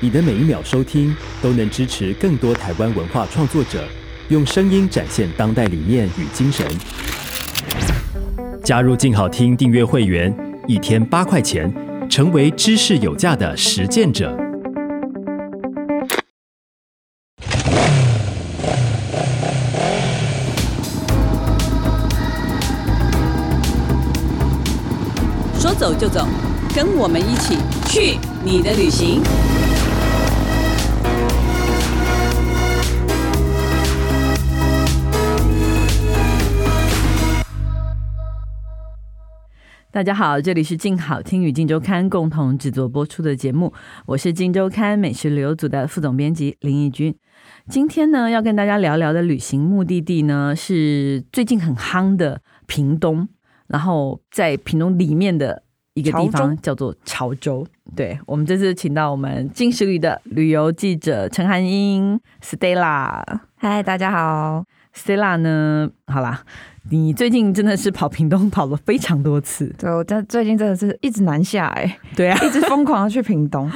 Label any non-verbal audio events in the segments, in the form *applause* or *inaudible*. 你的每一秒收听都能支持更多台湾文化创作者，用声音展现当代理念与精神。加入静好听订阅会员，一天八块钱，成为知识有价的实践者。说走就走，跟我们一起去你的旅行。大家好，这里是静好听与静周刊共同制作播出的节目，我是静周刊美食旅游组的副总编辑林义君。今天呢，要跟大家聊聊的旅行目的地呢，是最近很夯的屏东，然后在屏东里面的一个地潮方叫做潮州。对我们这次请到我们金石旅的旅游记者陈涵英 Stella。嗨，大家好。 Stella 呢，好啦，你最近真的是跑屏东跑了非常多次，对我但最近真的是一直南下哎、对啊， *laughs* 一直疯狂的去屏 *laughs* 东。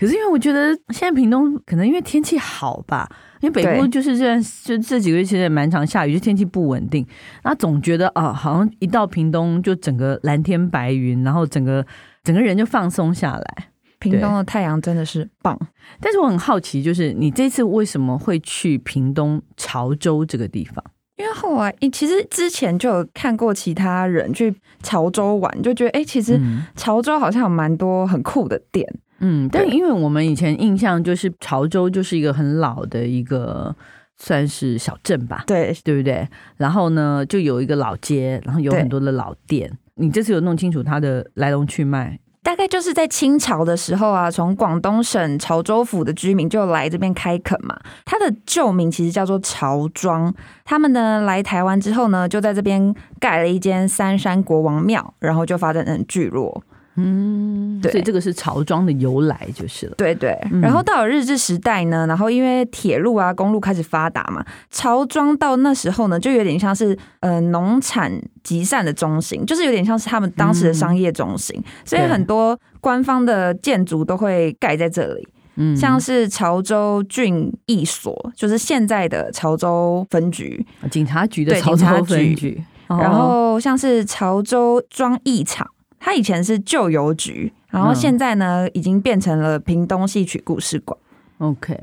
可是因为我觉得现在屏东可能因为天气好吧，因为北部对就是这段就这几个月其实也蛮常下雨，就天气不稳定，那总觉得啊、好像一到屏东就整个蓝天白云，然后整个整个人就放松下来。屏东的太阳真的是棒。但是我很好奇，就是你这次为什么会去屏东潮州这个地方？因为后来，其实之前就有看过其他人去潮州玩，就觉得哎、诶其实嗯潮州好像有蛮多很酷的店。嗯，但对因为我们以前印象就是潮州就是一个很老的一个算是小镇吧，对，对不对？然后呢，就有一个老街，然后有对很多的老店。你这次有弄清楚它的来龙去脉？大概就是在清朝的时候啊，从广东省潮州府的居民就来这边开垦嘛。它的旧名其实叫做潮庄。他们呢来台湾之后呢，就在这边盖了一间三山国王庙，然后就发展成聚落。嗯，对所以这个是潮庄的由来就是了。对对嗯，然后到了日治时代呢，然后因为铁路啊、公路开始发达嘛，潮庄到那时候呢，就有点像是呃农产集散的中心，就是有点像是他们当时的商业中心，所以嗯对很多官方的建筑都会盖在这里，嗯像是潮州郡役所，就是现在的潮州分局，啊警察局的对潮警察州分局局，然哦后像是潮州庄役场，它以前是旧邮局，然后嗯现在呢已经变成了屏东戏曲故事馆。 OK，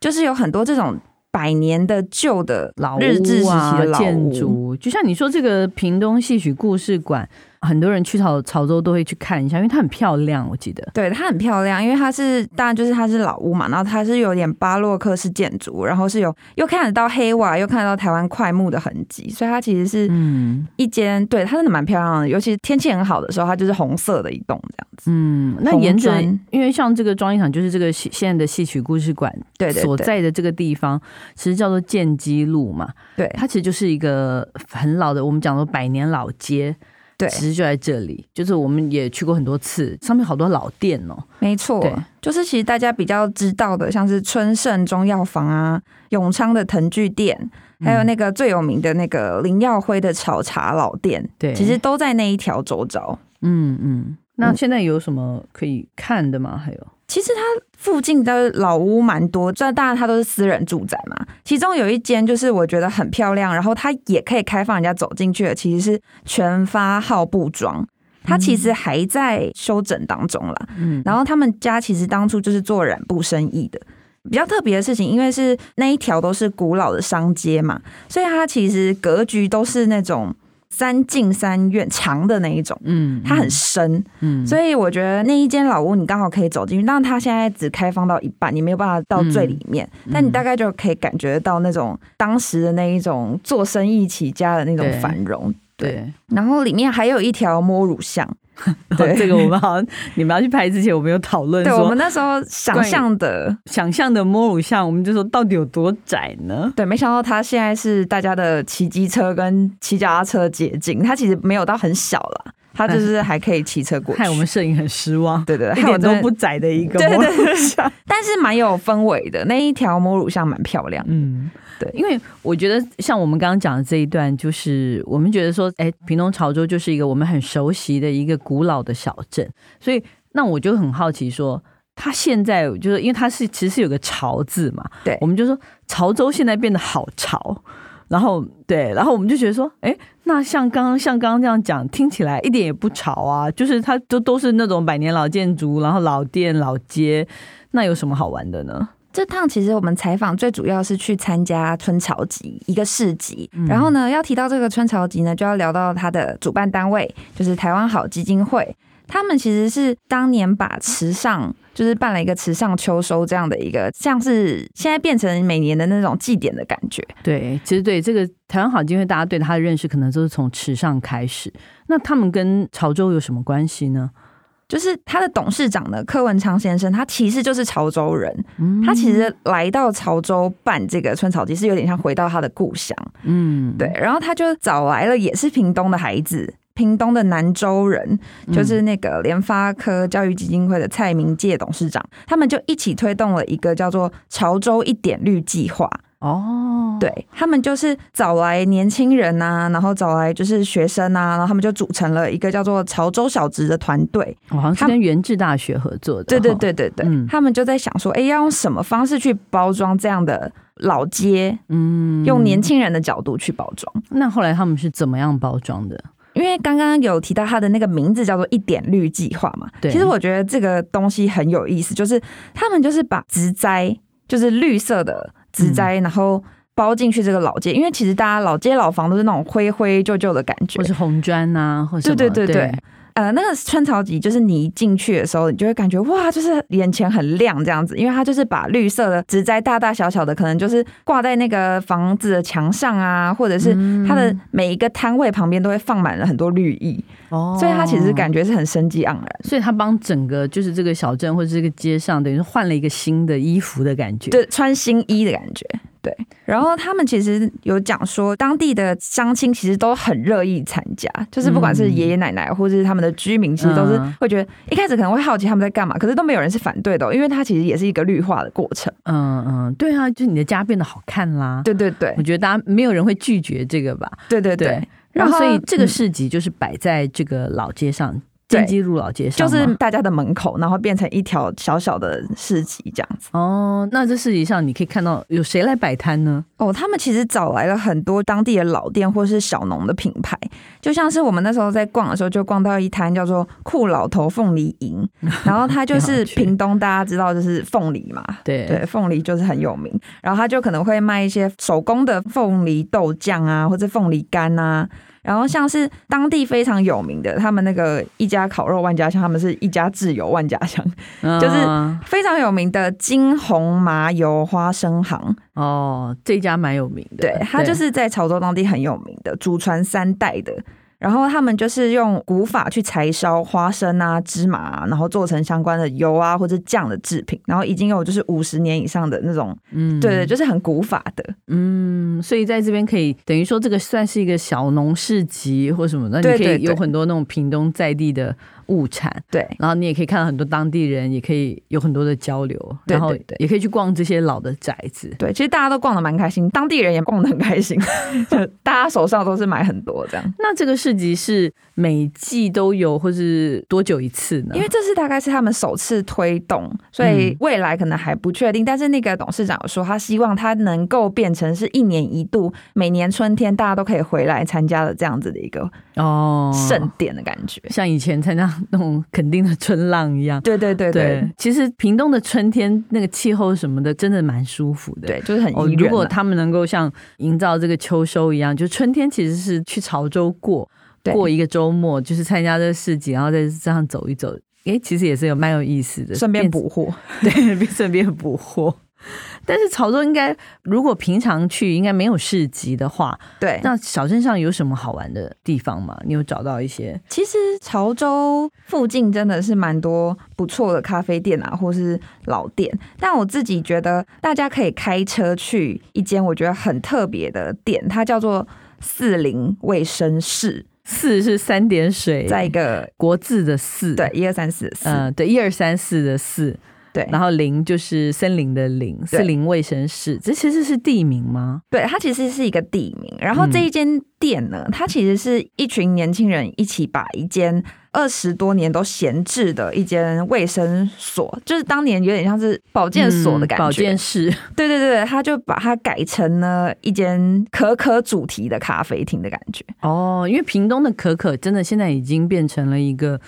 就是有很多这种百年的旧的老日治时屋啊期的老屋建，筑，就像你说这个屏东戏曲故事馆，很多人去潮潮州都会去看一下，因为它很漂亮，我记得。对，它很漂亮，因为它是当然就是它是老屋嘛，然后它是有点巴洛克式建筑，然后是有又看得到黑瓦，又看得到台湾快木的痕迹，所以它其实是嗯一间、对它真的蛮漂亮的，尤其天气很好的时候，它就是红色的一栋这样子。嗯，那红沿着砖，因为像这个庄艺场，就是这个戏现在的戏曲故事馆，对对所对在的这个地方，其实叫做建基路嘛，对它其实就是一个很老的，我们讲说百年老街，对，其实就在这里，就是我们也去过很多次，上面好多老店哦，没错对，就是其实大家比较知道的，像是春盛中药房啊、永昌的藤具店，还有那个最有名的那个林耀辉的炒茶老店，对其实都在那一条周遭。嗯嗯，那现在有什么可以看的吗？还有，其实它附近的老屋蛮多，这当然它都是私人住宅嘛。其中有一间就是我觉得很漂亮，然后它也可以开放人家走进去的，其实是全发号布庄，它其实还在修整当中啦。嗯然后他们家其实当初就是做染布生意的。比较特别的事情，因为是那一条都是古老的商街嘛，所以它其实格局都是那种三进三院长的那一种，嗯它很深，嗯所以我觉得那一间老屋你刚好可以走进去，但它现在只开放到一半，你没有办法到最里面，嗯但你大概就可以感觉到那种当时的那一种做生意起家的那种对繁荣。对，然后里面还有一条摸乳巷，对，对哦这个我们好像你们要去拍之前，我们有讨论对我说们。那时候想关于象的想象的摸乳巷，我们就说到底有多窄呢？对，没想到它现在是大家的骑机车跟骑脚踏车捷径，它其实没有到很小啦，它就是还可以骑车过去。哎害我们摄影很失望，对对对， *laughs* 一害我点都真的不，窄的一个对摸对乳巷。但是蛮有氛围的，那一条摸乳巷蛮漂亮。嗯，对因为我觉得像我们刚刚讲的这一段，就是我们觉得说，哎，屏东潮州就是一个我们很熟悉的一个古老的小镇，所以那我就很好奇说，它现在就是因为它是其实是有个潮字嘛，对我们就说潮州现在变得好潮。然后对，然后我们就觉得说，哎，那像刚刚像刚刚这样讲，听起来一点也不潮啊，就是它都都是那种百年老建筑，然后老店老街，那有什么好玩的呢？这趟其实我们采访最主要是去参加春潮集一个市集，然后呢，要提到这个春潮集呢，就要聊到它的主办单位，就是台湾好基金会。他们其实是当年把池上就是办了一个池上秋收这样的一个，像是现在变成每年的那种祭典的感觉。对，其实对这个台湾好基金会，大家对它的认识可能都是从池上开始。那他们跟潮州有什么关系呢？就是他的董事长呢，柯文昌先生，他其实就是潮州人，他其实来到潮州办这个春草集是有点像回到他的故乡，嗯，对，然后他就找来了也是屏东的孩子。屏东的南州人，嗯就是那个联发科教育基金会的蔡明介董事长，他们就一起推动了一个叫做“潮州一点绿”计划。哦，对他们就是找来年轻人啊，然后找来就是学生啊，然后他们就组成了一个叫做“潮州小职”的团队。我好像是他跟源治大学合作的，对对哈，对对对，嗯他们就在想说，哎，要用什么方式去包装这样的老街？嗯用年。轻人的角度去包装，那后来他们是怎么样包装的？因为刚刚有提到它的那个名字叫做“一点绿计划”嘛。对其实我觉得这个东西很有意思，就是他们就是把植栽，就是绿色的植栽，嗯然后包进去这个老街，因为其实大家老街老房都是那种灰灰旧旧的感觉或，是红砖呐、或者什么对对对对呃，那个春潮集就是你一进去的时候，你就会感觉哇，就是眼前很亮这样子，因为它就是把绿色的植栽大大小小的，可能就是挂在那个房子的墙上啊，或者是它嗯的每一个摊位旁边都会放满了很多绿意，哦所以它其实感觉是很生机盎然。所以他帮整个就是这个小镇或者这个街上，等于是换了一个新的衣服的感觉。，对，穿新衣的感觉。对，然后他们其实有讲说，当地的乡亲其实都很乐意参加，就是不管是爷爷奶奶或者是他们的居民，其实都是嗯会觉得一开始可能会好奇他们在干嘛，可是都没有人是反对的哦、因为它其实也是一个绿化的过程。嗯嗯，对啊，就是你的家变得好看啦。对对对我觉得大家没有人会拒绝这个吧？对对对，对然然后后，所以这嗯个市集就是摆在这个老街上，对金鸡路老街上就吗，是大家的门口，然后变成一条小小的市集这样子。哦。那这市集上你可以看到有谁来摆摊呢？哦，他们其实找来了很多当地的老店或是小农的品牌，就像是我们那时候在逛的时候，就逛到一摊叫做“酷老头凤梨 *laughs* 营”，然后它就挺是有趣屏东大家知道就是凤梨嘛，对对，凤梨就是很有名，然后它就可能会卖一些手工的凤梨豆酱啊，或者凤梨干啊。然后像是当地非常有名的，他们那个一家烤肉万家香，他们是一家自由万家香， *laughs* 就是嗯非常有名的金红麻油花生行，哦，这家蛮有名的，对，他就是在潮州当地很有名的，祖传三代的。然后他们就是用古法去柴烧花生啊、芝麻啊，然后做成相关的油啊或者酱的制品，然后已经有就是五十年以上的那种，嗯对对，就是很古法的，嗯，所以在这边可以等于说这个算是一个小农市集或什么的，那对你可对以对有很多那种屏东在地的物产。对然后你也可以看到很多当地人，也可以有很多的交流，对然后对对也可以去逛这些老的宅子。对。其实大家都逛的蛮开心，当地人也逛的很开心， *laughs* 就大家手上都是买很多这样。那这个市集是每季都有，或是多久一次呢？因为这是大概是他们首次推动，所嗯以未来可能还不确定。但是那个董事长有说，他希望他能够变成是一年一度，每年春天大家都可以回来参加的这样子的一个哦，盛典的感觉。像以前参加那种垦丁的春浪一样。对对对对其实屏东的春天那个气候什么的，真的蛮舒服的。对，就是很哦，宜如人果啊、他们能够像营造这个秋收一样，就春天其实是去潮州过对过一个周末，就是参加这个市集，然后在这样走一走，诶，其实也是有蛮有意思的，顺便变补货。 *laughs* 对，顺便补货。但是潮州应该，如果平常去应该没有市集的话，对，那小镇上有什么好玩的地方吗？你有找到一些？其实潮州附近真的是蛮多不错的咖啡店啊，或是老店。但我自己觉得，大家可以开车去一间我觉得很特别的店，它叫做四零卫生室，四是三点水，在一个国字的四，对，一二三四四，呃，对，一二三四的四，对，然后林就是森林的林，四林卫生室，这其实是地名吗？对，它其实是一个地名。然后这一间店呢，它其实是一群年轻人一起把一间二十多年都闲置的一间卫生所，就是当年有点像是保健所的感嗯觉。保健室，对对对，他就把它改成了一间可可主题的咖啡厅的感觉。哦，因为屏东的可可真的现在已经变成了一个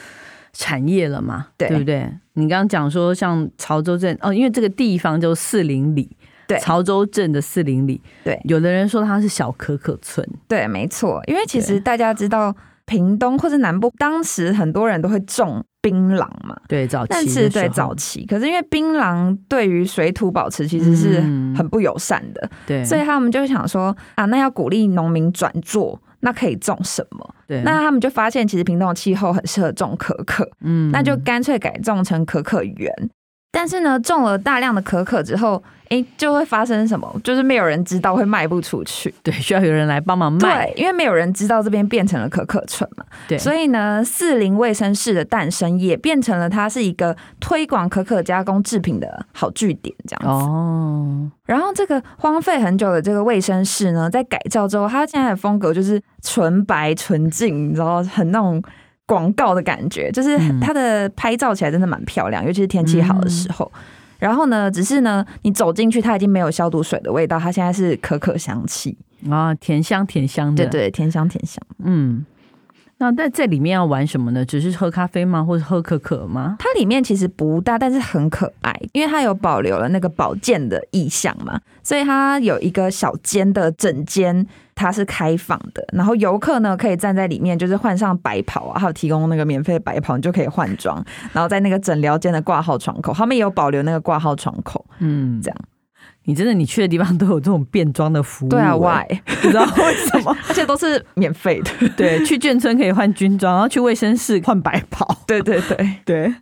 产业了嘛，对不对？你刚刚讲说像潮州镇哦，因为这个地方就四邻里，对潮州镇的四邻里，对有的人说它是小可可村，对，没错，因为其实大家知道屏东或是南部，当时很多人都会种槟榔嘛。对，早期但的是时对候早期，可是因为槟榔对于水土保持其实是嗯很不友善的，对，所以他们就想说啊，那要鼓励农民转做，那可以种什么？对那他们就发现其实屏东的气候很适合种可可，嗯那就干脆改种成可可园。但是呢，种了大量的可可之后，诶，就会发生什么？就是没有人知道，会卖不出去。对，需要有人来帮忙卖，对，因为没有人知道这边变成了可可村嘛，对，所以以呢，四零卫生室的诞生也变成了它是一个推广可可加工制品的好据点，这样子。哦，然后这个荒废很久的这个卫生室呢，在改造之后，它现在的风格就是纯白纯净，你知道，很那种广告的感觉，就是嗯它的拍照起来真的蛮漂亮，尤其是天气好的时候。然后呢，只是呢，你走进去，它已经没有消毒水的味道，它现在是可可香气，啊，甜香甜香的，对，对，甜香甜香。嗯。那在这里面要玩什么呢？只是喝咖啡吗？或者喝可可吗？它里面其实不大，但是很可爱，因为它有保留了那个保健的意向嘛，所以它有一个小间的整间，它是开放的，然后游客呢可以站在里面，就是换上白袍啊，还有提供那个免费的白袍，你就可以换装，然后在那个诊疗间的挂号窗口，他们也有保留那个挂号窗口，嗯，这样。你真的你去的地方都有这种变装的服务、对啊欸，Why？ *laughs* 不知道为什么。而且都是免费的， *laughs* *laughs* 对，去眷村可以换军装，然后去卫生室换白 *laughs* 袍。对对对对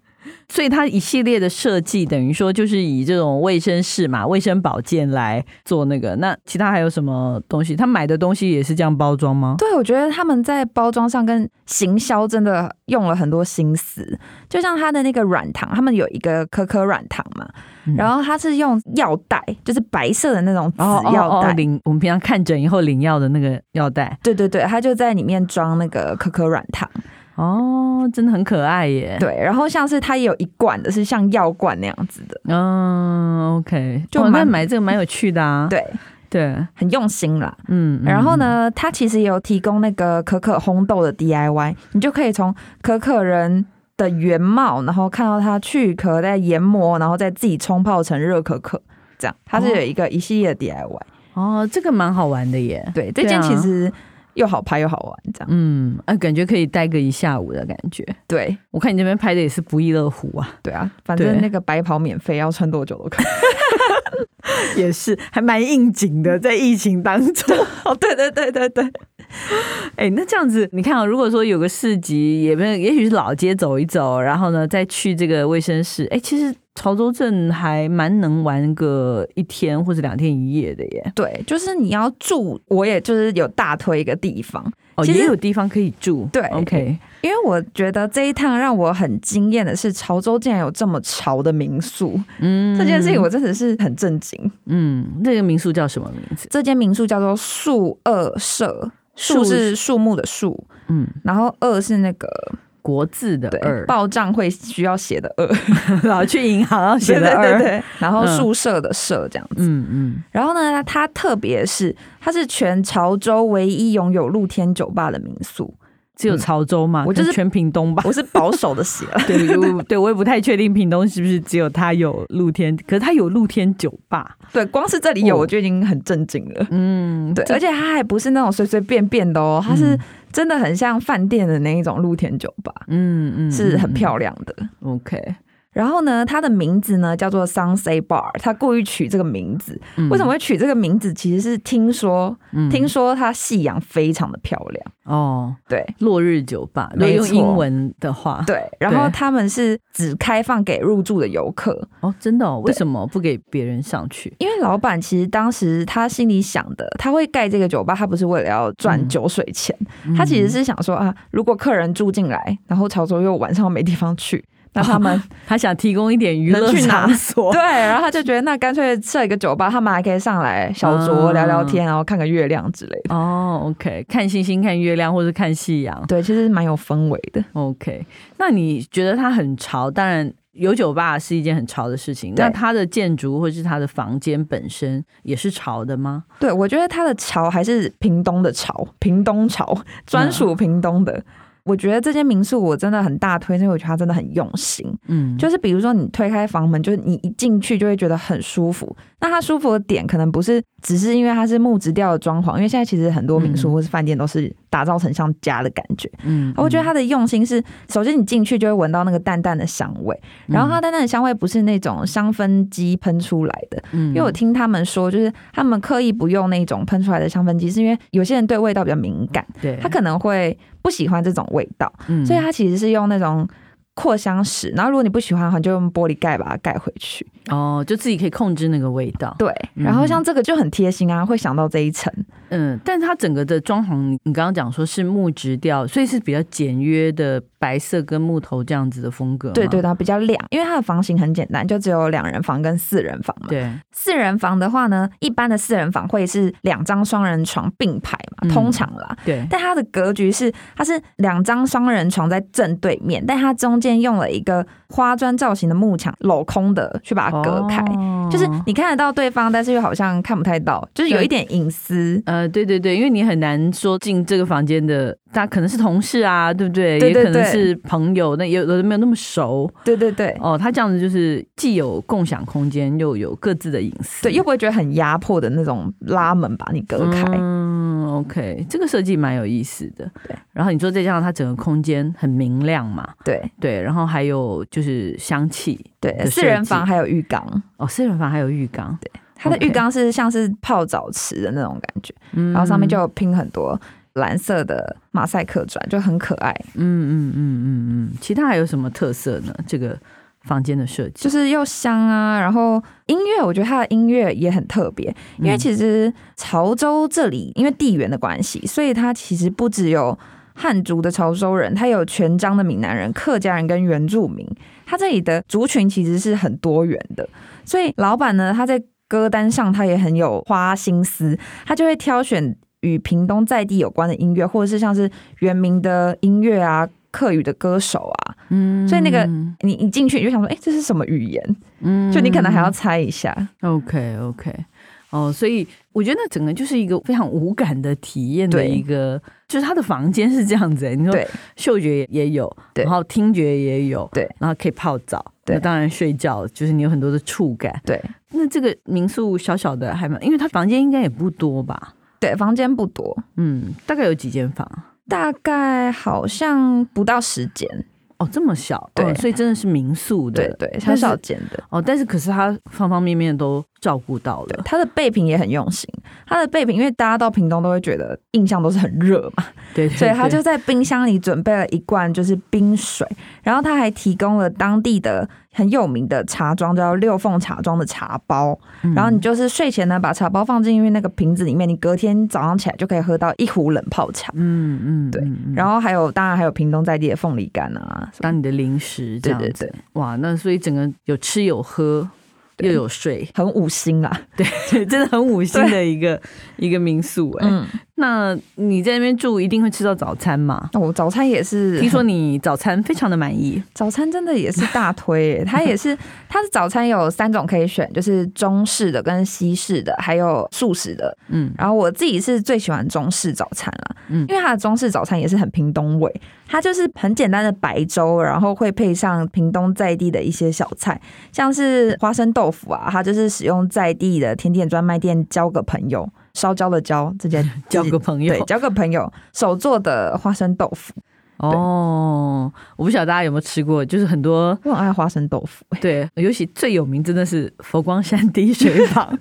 所以它一系列的设计，等于说就是以这种卫生室嘛、卫生保健来做那个。那其他还有什么东西？他买的东西也是这样包装吗？对，我觉得他们在包装上跟行销真的用了很多心思，就像它的那个软糖，他们有一个可可软糖嘛，嗯然后它是用药袋，就是白色的那种紫哦药哦袋。哦，领我们平常看诊以后领药的那个药袋对对对，它就在里面装那个可可软糖，哦，真的很可爱耶。对，然后像是它也有一罐的是像药罐那样子的，嗯，OK，就哦那蛮买这个蛮有趣的啊。对，对，很用心啦。嗯。然后嗯？呢，它其实也有提供那个可可烘豆的 DIY，你就可以从可可人的原貌，然后看到它去壳再研磨，然后再自己冲泡成热可可，这样它是有一个一系列的 DIY。哦，这个蛮好玩的耶。对，这对件啊其实又好拍又好玩，这样嗯，啊，感觉可以待个一下午的感觉。对。我看你这边拍的也是不亦乐乎啊， *laughs* 对啊，反正对那个白袍免费，要穿多久都可以。也是还蛮应景的，在疫情当中。 *laughs* 哦，对对对对对，哎、那这样子，你看啊、如果说有个市集，也不也许是老街走一走，然后呢再去这个卫生室，哎、其实潮州镇还蛮能玩个一天或者两天一夜的耶。 *laughs* 对，就是你要住，我也就是有大推一个地方，哦，其实也有地方可以住。对，OK，因为我觉得这一趟让我很惊艳的是，潮州竟然有这么潮的民宿，嗯这件事情我真的是很震惊。嗯，那个民宿叫什么名字？这间民宿叫做树二社，树树是树木的树，嗯，然后二是那个国字的对二，报账会需要写的二，然后去银行要 *laughs* 写对的对二。对对，然后嗯宿舍的舍这样子。嗯嗯，然后呢，它特别是它是全潮州唯一拥有露天酒吧的民宿，只有潮州嘛，我就是跟全屏东吧。我是保守的写了。 *laughs* 对，我对我也不太确定屏东是不是只有它有露天，可是它有露天酒吧。 *laughs* 对，光是这里有哦我就已经很震惊了。嗯，对，而且它还不是那种随随便便的哦，它是真的很像饭店的那一种露天酒吧，嗯嗯是很漂亮的。亮。OK，然后呢，它的名字呢叫做 Sunset Bar，它故意取这个名字。嗯为什么会取这个名字？其实是听说，嗯听说它夕阳非常的漂亮。哦，对落日酒吧，如果没用错英文的话，对，然后对他们是只开放给入住的游客，哦，真的、哦，对为什么不给别人上去？因为老板其实当时他心里想的，他会盖这个酒吧，他不是为了要赚嗯酒水嗯钱，他其实是想说啊，如果客人住进来，然后潮州又晚上没地方去，那他们、他想提供一点娱乐能去哪场所， *laughs* 对，然后他就觉得那干脆设一个酒吧，他们还可以上来小酌嗯聊聊天，然后看个月亮之类的。哦，OK，看星星、看月亮或者看夕阳对，其实蛮有氛围的。 ，OK。那你觉得它很潮？当然，有酒吧是一件很潮的事情。对那它的建筑或是它的房间本身也是潮的吗？对，我觉得它的潮还是屏东的潮，屏东潮专属屏东的。我觉得这间民宿我真的很大推荐，因为我觉得它真的很用心。嗯，就是比如说你推开房门，就是你一进去就会觉得很舒服。那它舒服的点可能不是只是因为它是木质调的装潢，因为现在其实很多民嗯宿或是饭店都是打造成像家的感觉。嗯，我觉得它的用心是，首先你进去就会闻到那个淡淡的香味，嗯然后它淡淡的香味不是那种香氛机喷出来的，嗯，因为我听他们说，就是他们刻意不用那种喷出来的香氛机，是因为有些人对味道比较敏感，对他可能会不喜欢这种味道，嗯所以他其实是用那种扩香石。然后如果你不喜欢的话，你就用玻璃盖把它盖回去。哦，就自己可以控制那个味道。对，嗯然后像这个就很贴心啊，会想到这一层。嗯，但是它整个的装潢，你你刚刚讲说是木质调，所以是比较简约的白色跟木头这样子的风格吗。对对的，比较亮，因为它的房型很简单，就只有两人房跟四人房嘛。对，四人房的话呢，一般的四人房会是两张双人床并排嗯嘛，通常啦。对，但它的格局是，它是两张双人床在正对面，但它中间用了一个花砖造型的幕墙镂空的去把它隔开，哦就是你看得到对方，但是又好像看不太到，就是有一点隐私。呃，对对对，因为你很难说进这个房间的，他可能是同事啊，对不对？对对也可能对是朋友，那也有的没有那么熟对对对哦。他这样子就是既有共享空间，又有各自的隐私，对，又不会觉得很压迫的那种拉门把你隔开。嗯，OK，这个设计蛮有意思的。对，然后你说再加上它整个空间很明亮嘛，对对，然后还有就是香气对，的四人设房计还有浴缸，哦，四人房还有浴缸，它的 OK 浴缸是像是泡澡池的那种感觉，嗯然后上面就有拼很多蓝色的马赛克砖，就很可爱。嗯嗯嗯嗯嗯，其他还有什么特色呢？这个房间的设计就是又香啊，然后音乐，我觉得它的音乐也很特别，因为嗯其实潮州这里因为地缘的关系，所以它其实不只有汉族的潮州人，它有全漳的闽南人、客家人跟原住民，它这里的族群其实是很多元的，所以老板呢，他在歌单上他也很有花心思，他就会挑选与屏东在地有关的音乐，或者是像是原名的音乐啊、客语的歌手啊，嗯所以那个你一进去你就想说，哎、这是什么语言？嗯就你可能还要猜一下。 OK OK，哦，所以我觉得那整个就是一个非常无感的体验的对一个，就是他的房间是这样子、欸，你说对嗅觉也有，对然后听觉也有，对，然后可以泡澡，对那当然睡觉就是你有很多的触感。对那这个民宿小小的还蛮，因为它房间应该也不多吧？对，房间不多，嗯，大概有几间房？大概好像不到十间。哦，这么小，对哦所以真的是民宿的，对对，但小是小间的。哦，但是可是它方方面面都照顾到对了，，它的备品也很用心。它的备品，因为大家到屏东都会觉得印象都是很热 *laughs* 嘛，对，所以它他就在冰箱里准备了一罐就是冰水，然后他还提供了当地的很有名的茶庄，叫六凤茶庄的茶包。嗯然后你就是睡前呢把茶包放进去那个瓶子里面，你隔天早上起来就可以喝到一壶冷泡茶。嗯嗯，对嗯嗯然后还有，当然还有屏东在地的凤梨干啊，什么当你的零食这对样子。对对，哇，那所以整个有吃有喝。对又有睡， *laughs* 很五星啊。对，真的很五星的一个一个民宿哎、嗯，那你在那边住，一定会吃到早餐嘛？那我早餐也是，听说你早餐非常的满意， *laughs* 早餐真的也是大推耶，它 *laughs* 也是，它的早餐有三种可以选，就是中式的、跟西式的，还有素食的。嗯然后我自己是最喜欢中式早餐啦，嗯因为它的中式早餐也是很屏东味，它就是很简单的白粥，然后会配上屏东在地的一些小菜，像是花生豆腐啊，它就是使用在地的甜点专卖店交个朋友。烧焦的焦，直接 *laughs* 交个朋友对，交个朋友手做的花生豆腐，哦。我不晓得大家有没有吃过，就是很多我很爱花生豆腐。对，尤其最有名真的是佛光山滴水 *laughs* 坊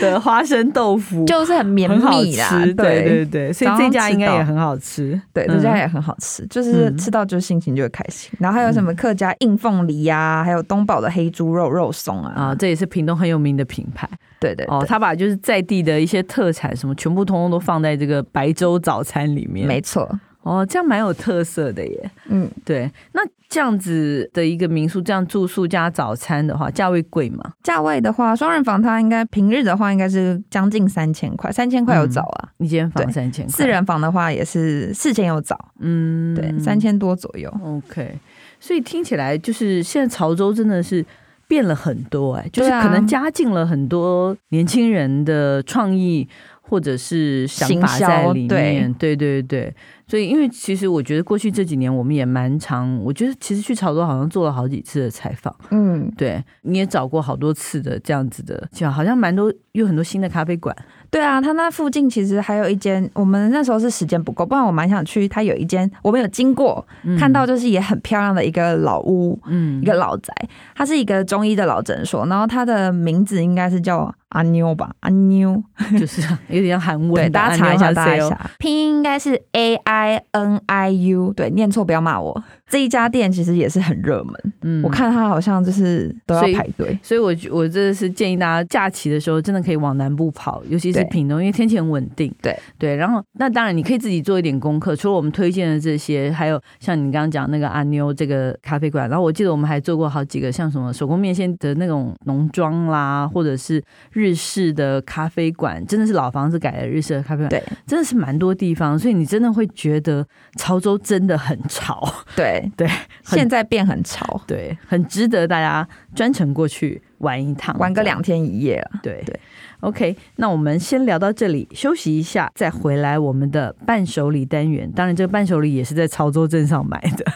的花生豆腐，就是很绵很好密啦，吃，对对对对，所以早这上家吃应该也到很好吃，对，嗯这家也很好吃，就是嗯吃到就心情就会开心。然后还有什么客家硬凤梨呀、啊，还有东宝的黑猪肉肉松啊，啊，这也是屏东很有名的品牌。对对哦，对，他把就是在地的一些特产什么，全部通通都放在这个白粥早餐里面。没错，哦，这样蛮有特色的耶。嗯，对，那这样子的一个民宿，这样住宿加早餐的话，价位贵吗？价位的话，双人房它应该平日的话应该是将近三千块，三千块有找啊。一间房对嗯三千块，四，人房的话也是四千有找，嗯，对，三。千多左右。 OK，所以听起来就是现在潮州真的是变了很多哎、就是对啊可能加进了很多年轻人的创意或者是想法行销在里面。对对对，所以因为其实我觉得过去这几年我们也蛮常，我觉得其实去潮州好像做了好几次的采访，嗯，对，你也找过好多次的这样子的，就好像蛮多有很多新的咖啡馆，对啊，它那附近其实还有一间，我们那时候是时间不够，不然我蛮想去。它有一间，我们有经过，嗯看到就是也很漂亮的一个老屋，嗯 *laughs* 一个老宅，它是一个中医的老诊所，然后它的名字应该是叫阿妞吧，阿妞，就是有点像韩文对，的大家查一下， 안녕하세요 大家查一下，拼音应该是 A I N I U，对，念错不要骂我。这一家店其实也是很热门，嗯我看它好像就是都要所以排队，所以我，我真的是建议大家假期的时候，真的可以往南部跑，尤其是对屏东，因为天气很稳定。对对，然后那当然你可以自己做一点功课，除了我们推荐的这些，还有像你刚刚讲那个阿妞这个咖啡馆，然后我记得我们还做过好几个像什么手工面线的那种农庄啦，或者是日式的咖啡馆，真的是老房子改的日式的咖啡馆，对真的是蛮多地方，所以你真的会觉得潮州真的很潮， *laughs* 对对，很现在变很潮，对，很值得大家专程过去玩一趟，玩个这样两天一夜啊了。对对，OK，那我们先聊到这里，休息一下，再回来我们的伴手礼单元。当然，这个伴手礼也是在潮州镇上买的。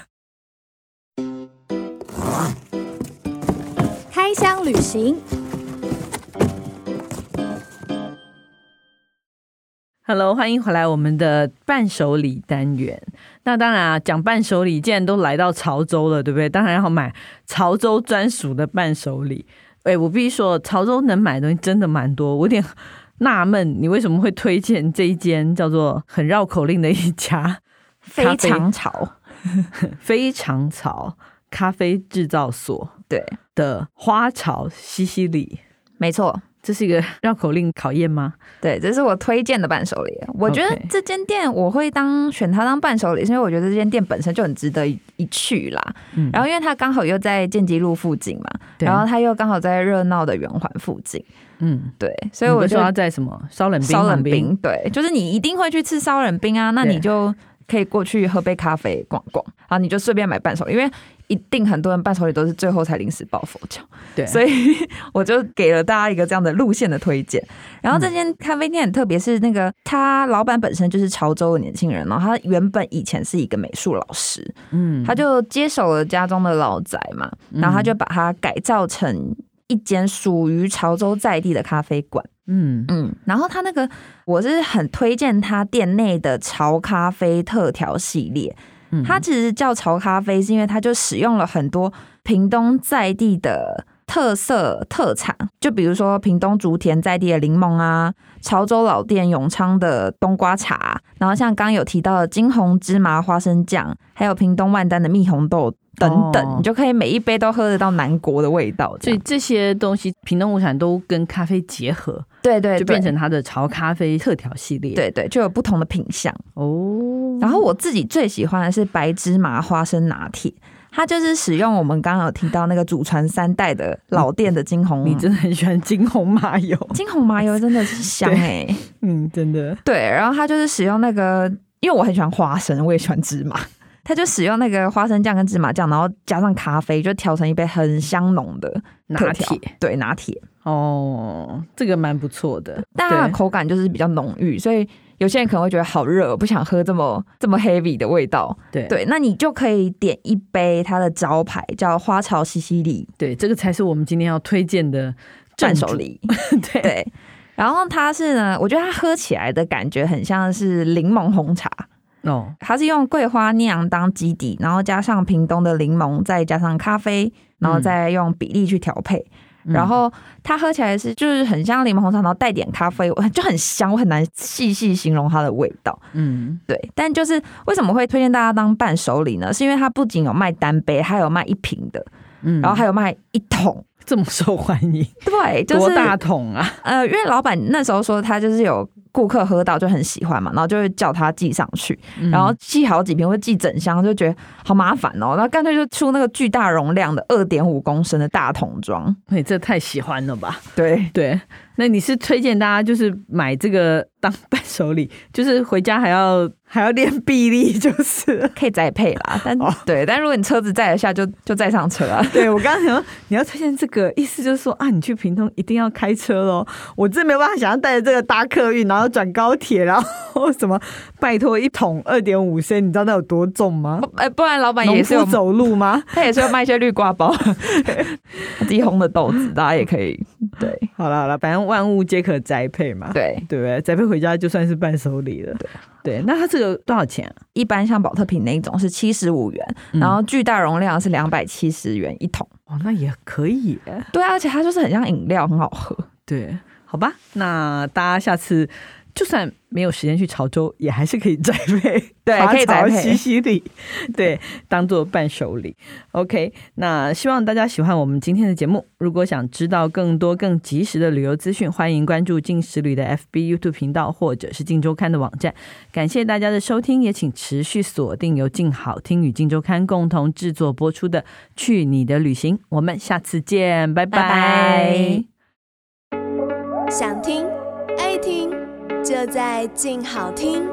*laughs* 开箱旅行。 Hello，欢迎回来我们的伴手礼单元。那当然啊，讲伴手礼，既然都来到潮州了，对不对？当然要买潮州专属的伴手礼。哎，我必须说，潮州能买的东西真的蛮多，我有点纳闷，你为什么会推荐这一间叫做很绕口令的一家？咖非啡常潮，非常潮咖啡制造所对，的花潮西西里，没错，这是一个绕口令考验吗？对，这是我推荐的伴手礼。我觉得 OK 这间店我会当选它当伴手礼，是因为我觉得这间店本身就很值得一去啦。嗯然后因为它刚好又在建吉路附近嘛，对然后它又刚好在热闹的圆环附近，嗯，对，所所以以我我就说要在什么烧冷冰烧冷旁边冰，对，就是你一定会去吃烧冷冰啊，那对你就可以过去喝杯咖啡逛逛，然后你就顺便买伴手礼，因为。一定很多人伴手礼都是最后才临时抱佛脚，对，所以 *laughs* 我就给了大家一个这样的路线的推荐。然嗯后这间咖啡店很特别，是那个他老板本身就是潮州的年轻人，然后他原本以前是一个美术老师，嗯他就接手了家中的老宅嘛，然后他就把它改造成一间属于潮州在地的咖啡馆。嗯嗯，然后他那个我是很推荐他店内的潮咖啡特调系列，嗯它其实叫潮咖啡，是因为它就使用了很多屏东在地的特色特产，就比如说屏东竹田在地的柠檬啊，潮州老店永昌的冬瓜茶，然后像刚有提到的金红芝麻花生酱，还有屏东万丹的蜜红豆等等，哦你就可以每一杯都喝得到南国的味道。所这以样这些东西，屏东物产都跟咖啡结合，对对就对变。成它的潮咖啡特调系列。对对，就有不同的品相。哦，然后我自己最喜欢的是白芝麻花生拿铁，它就是使用我们刚刚有提到那个祖传三代的老店的金红，你真的很喜欢金红麻油，金红麻油真的是香哎、 *laughs* 嗯，真的，对，然后它就是使用那个，因为我很喜欢花生，我也喜欢芝麻，它就使用那个花生酱跟芝麻酱，然后加上咖啡，就调成一杯很香浓的拿特调铁，对拿铁，哦，这个蛮不错的，但它的对口感就是比较浓郁，所以。有些人可能会觉得好热，不想喝这么这么 heavy 的味道，对对，那你就可以点一杯它的招牌，叫花潮西西里对，这个才是我们今天要推荐的伴正手主，礼。 *laughs* 对对，然后它是呢，我觉得它喝起来的感觉很像是柠檬红茶，哦，它是用桂花酿当基底，然后加上屏东的柠檬，再加上咖啡，然后再用比例去调配。嗯然后它喝起来是就是很像柠檬红茶，然后带点咖啡， *laughs* 我就很香，我很难细细形容它的味道。嗯。对，但就是为什么会推荐大家当伴手礼呢？是因为它不仅有卖单杯，还有卖一瓶的，嗯，然后还有卖一桶。这么受欢迎，对，就是多大桶啊？呃，因为老板那时候说他就是有顾客喝到就很喜欢嘛，然后就会叫他寄上去，嗯然后寄好几瓶会寄整箱，就觉得好麻烦哦。那干脆就出那个巨大容量的二点五公升的大桶装。你这太喜欢了吧？对，对，那你是推荐大家就是买这个当伴手礼，就是回家还要还要练臂力，就是 *laughs* 了。可以再配啦，但、哦对，但如果你车子载得下就，就载上车啊。 *laughs* 对我刚刚想说你要推荐这个，意思就是说啊，你去屏东一定要开车喽。我真没有办法想象带着这个搭客运，然后转高铁，然后什么拜托一桶二点五升，你知道那有多重吗？哎、不然老板农也是夫有，走路吗？他也是有卖一些绿瓜包， *laughs* 自己烘的豆子，大家也可以。对 *laughs* 好了好了，反正万物皆可栽培嘛，对，对不对？栽培回家就算是伴手礼了。对，那它这个多少钱啊？一般像保特瓶那一种是七十五元，嗯然后巨大容量是两百七十元一桶。哦，那也可以耶。对啊，而且它就是很像饮料，很好喝。对，好吧，那大家下次就算没有时间去潮州，也还是可以栽培， *laughs* 对华可以栽潮培西西 *laughs* 里，对，当做伴手礼。OK，那希望大家喜欢我们今天的节目。如果想知道更多更及时的旅游资讯，欢迎关注静时旅的 FB、YouTube 频道或者是静周刊的网站。感谢大家的收听，也请持续锁定由静好听与静周刊共同制作播出的《去你的旅行》，我们下次见，拜拜拜想听爱听，就在静好听。